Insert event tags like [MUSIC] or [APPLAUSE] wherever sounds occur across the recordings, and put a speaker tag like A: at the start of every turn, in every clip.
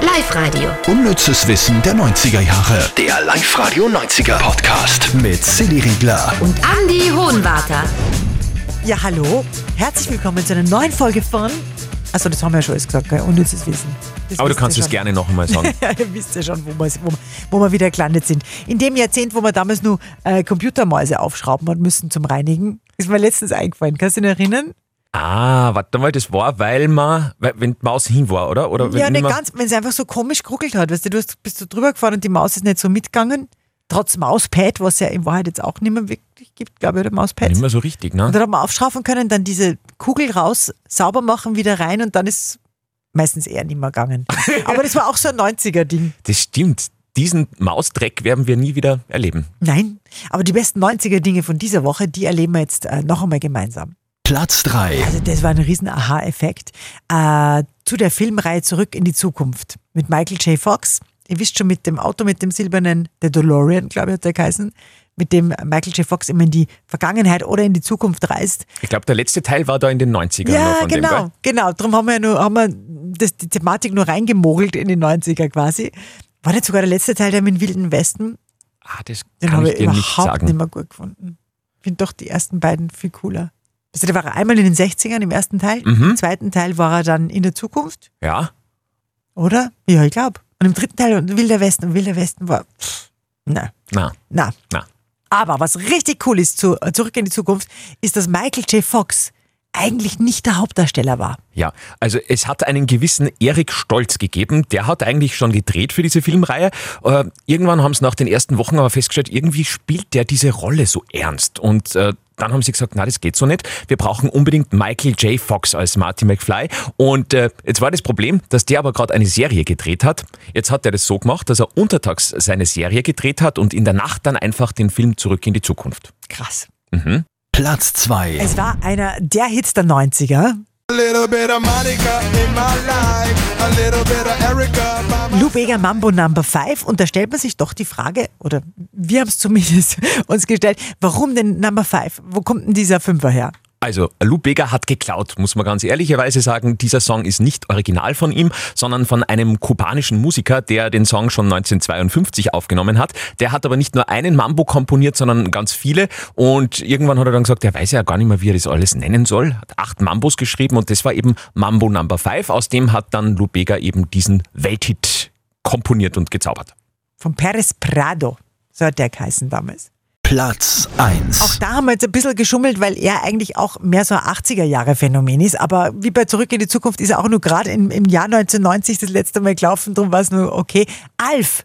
A: Live-Radio.
B: Unnützes Wissen der 90er Jahre.
C: Der Live-Radio 90er Podcast.
B: Mit Silly Riegler.
A: Und Andy Hohenwarter.
D: Ja, hallo. Herzlich willkommen zu einer neuen Folge von. Achso, das haben wir ja schon alles gesagt, gell?
E: [LAUGHS]
D: unnützes Wissen. Das
E: Aber du
D: wisst ihr
E: kannst es
D: schon.
E: gerne noch
D: [LAUGHS]
E: einmal sagen.
D: Ja, ihr wisst ja schon, wo wir, wo, wir- wo wir wieder gelandet sind. In dem Jahrzehnt, wo wir damals nur äh, Computermäuse aufschrauben und müssen zum Reinigen, ist mir letztens eingefallen. Kannst du dich erinnern?
E: ah, warte mal, das war, weil man, weil, wenn die Maus hin war, oder? oder wenn
D: ja, nicht
E: nimmer-
D: ganz. Wenn es einfach so komisch geruckelt hat, weißt du, du hast, bist du drüber gefahren und die Maus ist nicht so mitgegangen. Trotz Mauspad, was ja in Wahrheit jetzt auch nicht mehr wirklich gibt, glaube ich, oder Mauspads.
E: Nicht mehr so richtig,
D: Und
E: ne?
D: dann hat man aufschrauben können, dann diese Kugel raus, sauber machen, wieder rein und dann ist meistens eher nicht mehr gegangen. Aber das war auch so ein 90er-Ding.
E: Das stimmt. Diesen Mausdreck werden wir nie wieder erleben.
D: Nein, aber die besten 90er-Dinge von dieser Woche, die erleben wir jetzt äh, noch einmal gemeinsam.
B: Platz 3.
D: Also das war ein riesen Aha-Effekt. Äh, zu der Filmreihe Zurück in die Zukunft mit Michael J. Fox. Ihr wisst schon, mit dem Auto, mit dem silbernen, der DeLorean, glaube ich, hat der geheißen, mit dem Michael J. Fox immer in die Vergangenheit oder in die Zukunft reist.
E: Ich glaube, der letzte Teil war da in den 90ern noch
D: Ja,
E: von dem,
D: genau,
E: gell?
D: genau. Darum haben wir ja nur, haben wir das, die Thematik nur reingemogelt in die 90er quasi. War nicht sogar der letzte Teil, der mit dem Wilden Westen?
E: Ah, das
D: Den
E: kann
D: habe ich
E: ich dir nicht
D: überhaupt nicht,
E: sagen.
D: mehr gut gefunden. Ich finde doch die ersten beiden viel cooler. Also der war einmal in den 60ern im ersten Teil,
E: Mhm.
D: im zweiten Teil war er dann in der Zukunft,
E: Ja?
D: oder? Ja, ich glaube. Und im dritten Teil und Wilder Westen. Und Wilder Westen war. Pff, na,
E: Na,
D: na.
E: na.
D: Aber was richtig cool ist, zu, äh, zurück in die Zukunft, ist, dass Michael J. Fox eigentlich nicht der Hauptdarsteller war.
E: Ja, also es hat einen gewissen Erik Stolz gegeben, der hat eigentlich schon gedreht für diese Filmreihe. Äh, irgendwann haben sie nach den ersten Wochen aber festgestellt, irgendwie spielt der diese Rolle so ernst. Und äh, dann haben sie gesagt, na, das geht so nicht. Wir brauchen unbedingt Michael J. Fox als Marty McFly. Und äh, jetzt war das Problem, dass der aber gerade eine Serie gedreht hat. Jetzt hat er das so gemacht, dass er untertags seine Serie gedreht hat und in der Nacht dann einfach den Film zurück in die Zukunft.
D: Krass.
B: Platz 2.
D: Es war einer der Hits der 90er. Lou Bega Mambo Number 5 und da stellt man sich doch die Frage, oder wir haben es zumindest [LAUGHS] uns gestellt, warum denn Number 5? Wo kommt denn dieser Fünfer her?
E: Also, Lou Bega hat geklaut, muss man ganz ehrlicherweise sagen. Dieser Song ist nicht original von ihm, sondern von einem kubanischen Musiker, der den Song schon 1952 aufgenommen hat. Der hat aber nicht nur einen Mambo komponiert, sondern ganz viele. Und irgendwann hat er dann gesagt, er weiß ja gar nicht mehr, wie er das alles nennen soll. Hat acht Mambos geschrieben und das war eben Mambo Number 5. Aus dem hat dann Lou Bega eben diesen Welthit komponiert und gezaubert.
D: Von Perez Prado, so hat der geheißen damals.
B: Platz
D: Auch
B: 1.
D: da haben wir jetzt ein bisschen geschummelt, weil er eigentlich auch mehr so ein 80er-Jahre-Phänomen ist. Aber wie bei Zurück in die Zukunft ist er auch nur gerade im, im Jahr 1990 das letzte Mal gelaufen, darum war es nur okay. Alf,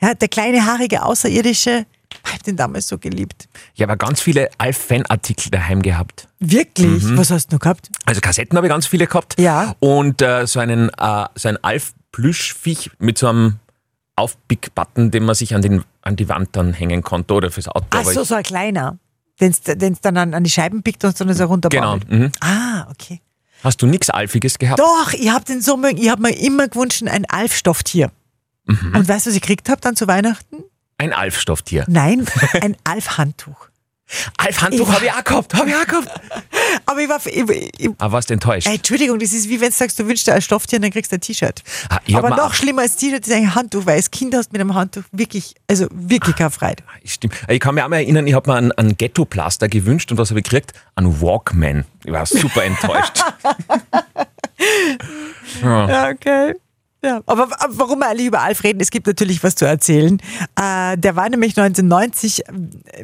D: ja, der kleine, haarige, außerirdische, ich hab den damals so geliebt.
E: Ich habe ganz viele Alf-Fan-Artikel daheim gehabt.
D: Wirklich?
E: Mhm.
D: Was hast du noch gehabt?
E: Also Kassetten habe ich ganz viele gehabt.
D: Ja.
E: Und äh, so, einen, äh, so ein Alf-Plüschviech mit so einem Aufpick-Button, den man sich an, den, an die Wand dann hängen konnte oder fürs Auto.
D: Ach
E: aber
D: so,
E: ich,
D: so ein kleiner. Den es dann an, an die Scheiben pickt und dann ist er
E: genau.
D: runterbaut.
E: Mhm.
D: Ah, okay.
E: Hast du nichts Alfiges gehabt?
D: Doch, ich hab den so mögen, ich hab mir immer gewünscht, ein Alf-Stofftier.
E: Mhm.
D: Und weißt du, was ich gekriegt hab dann zu Weihnachten?
E: Ein Alf-Stofftier. [LAUGHS]
D: Nein, ein Alf-Handtuch.
E: Alf-Handtuch
D: Ich-
E: habe ich auch gehabt, habe ich auch gehabt.
D: Aber ich war, ich, ich,
E: Aber warst enttäuscht?
D: Ey, Entschuldigung, das ist wie wenn du sagst, du wünschst dir ein Stofftier und dann kriegst du ein T-Shirt.
E: Ah, ich hab
D: Aber
E: mir
D: noch
E: auch-
D: schlimmer als T-Shirt ist ein Handtuch, weil als Kind hast du mit einem Handtuch wirklich, also wirklich keine Freude.
E: Stimmt. Ah, Ich kann mich auch mal erinnern, ich habe mir einen, einen Ghetto-Plaster gewünscht und was habe ich gekriegt? Einen Walkman. Ich
D: [LAUGHS]
E: war super enttäuscht. Ah.
D: Ja, okay. Ja. Aber w- warum wir eigentlich über Alf reden, es gibt natürlich was zu erzählen. Äh, der war nämlich 1990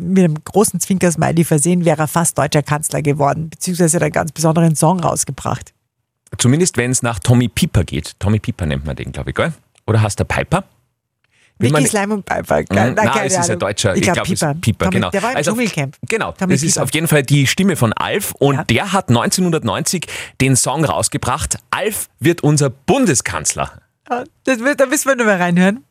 D: mit einem großen Zwinkersmiley versehen, wäre er fast deutscher Kanzler geworden, beziehungsweise hat er einen ganz besonderen Song rausgebracht.
E: Zumindest wenn es nach Tommy Piper geht. Tommy Piper nennt man den, glaube ich, gell? Oder heißt der Piper? Wie man-
D: Vicky Slime und Piper.
E: Mhm. Nein, es ist ein Deutscher.
D: Ich glaube,
E: glaub, es
D: Pieper.
E: ist Pieper,
D: Tommy-
E: genau.
D: Der war im
E: Also auf-
D: Dschungelcamp.
E: Genau,
D: Tommy
E: das ist
D: Pieper.
E: auf jeden Fall die Stimme von Alf und
D: Ja.
E: der hat 1990 den Song rausgebracht, Alf wird unser Bundeskanzler.
D: Ja, Ah, Das, wird- da müssen wir nur mal reinhören.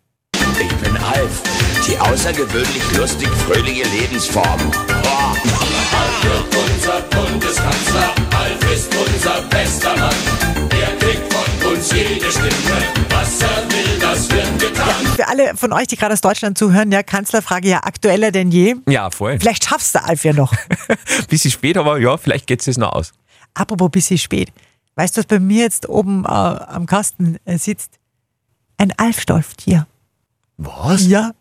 F: Ich bin Alf, die außergewöhnlich lustig fröhliche Lebensform. Boah. Alf wird unser Bundeskanzler, Alf ist unser bester Mann. Er kriegt von uns jede Stimme, was er will, das wird getan.
D: Für alle von euch, die gerade aus Deutschland zuhören, ja, Kanzlerfrage ja aktueller denn je.
E: Ja, voll.
D: Vielleicht schaffst du Alf ja noch.
E: Bisschen spät, aber ja, vielleicht geht es das noch aus.
D: Apropos bisschen spät. Weißt du, was bei mir jetzt oben äh, am Kasten äh, sitzt? Ein Alfstolftier.
E: Was?
D: Ja.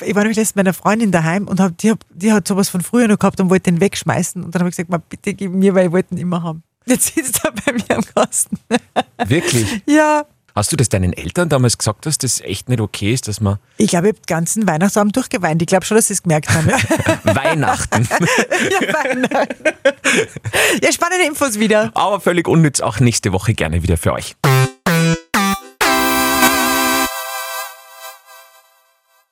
D: Ich war nämlich letztens mit meiner Freundin daheim und hab, die, hab, die hat sowas von früher noch gehabt und wollte den wegschmeißen. Und dann habe ich gesagt, "Ma, bitte gib mir, weil ich wollte ihn immer haben. Jetzt sitzt er bei mir am Kasten.
E: Wirklich?
D: Ja.
E: Hast du das deinen Eltern damals gesagt, dass das echt nicht okay ist,
D: [LAUGHS]
E: dass man
D: Ich glaube, ich habe den ganzen Weihnachtsabend durchgeweint. Ich glaube schon, dass sie es gemerkt haben. [LAUGHS] Ja,
E: Weihnachten, [LAUGHS]
D: ja, Weihnachten. ja spannende Infos wieder.
E: aber völlig unnütz, auch nächste Woche gerne wieder für euch.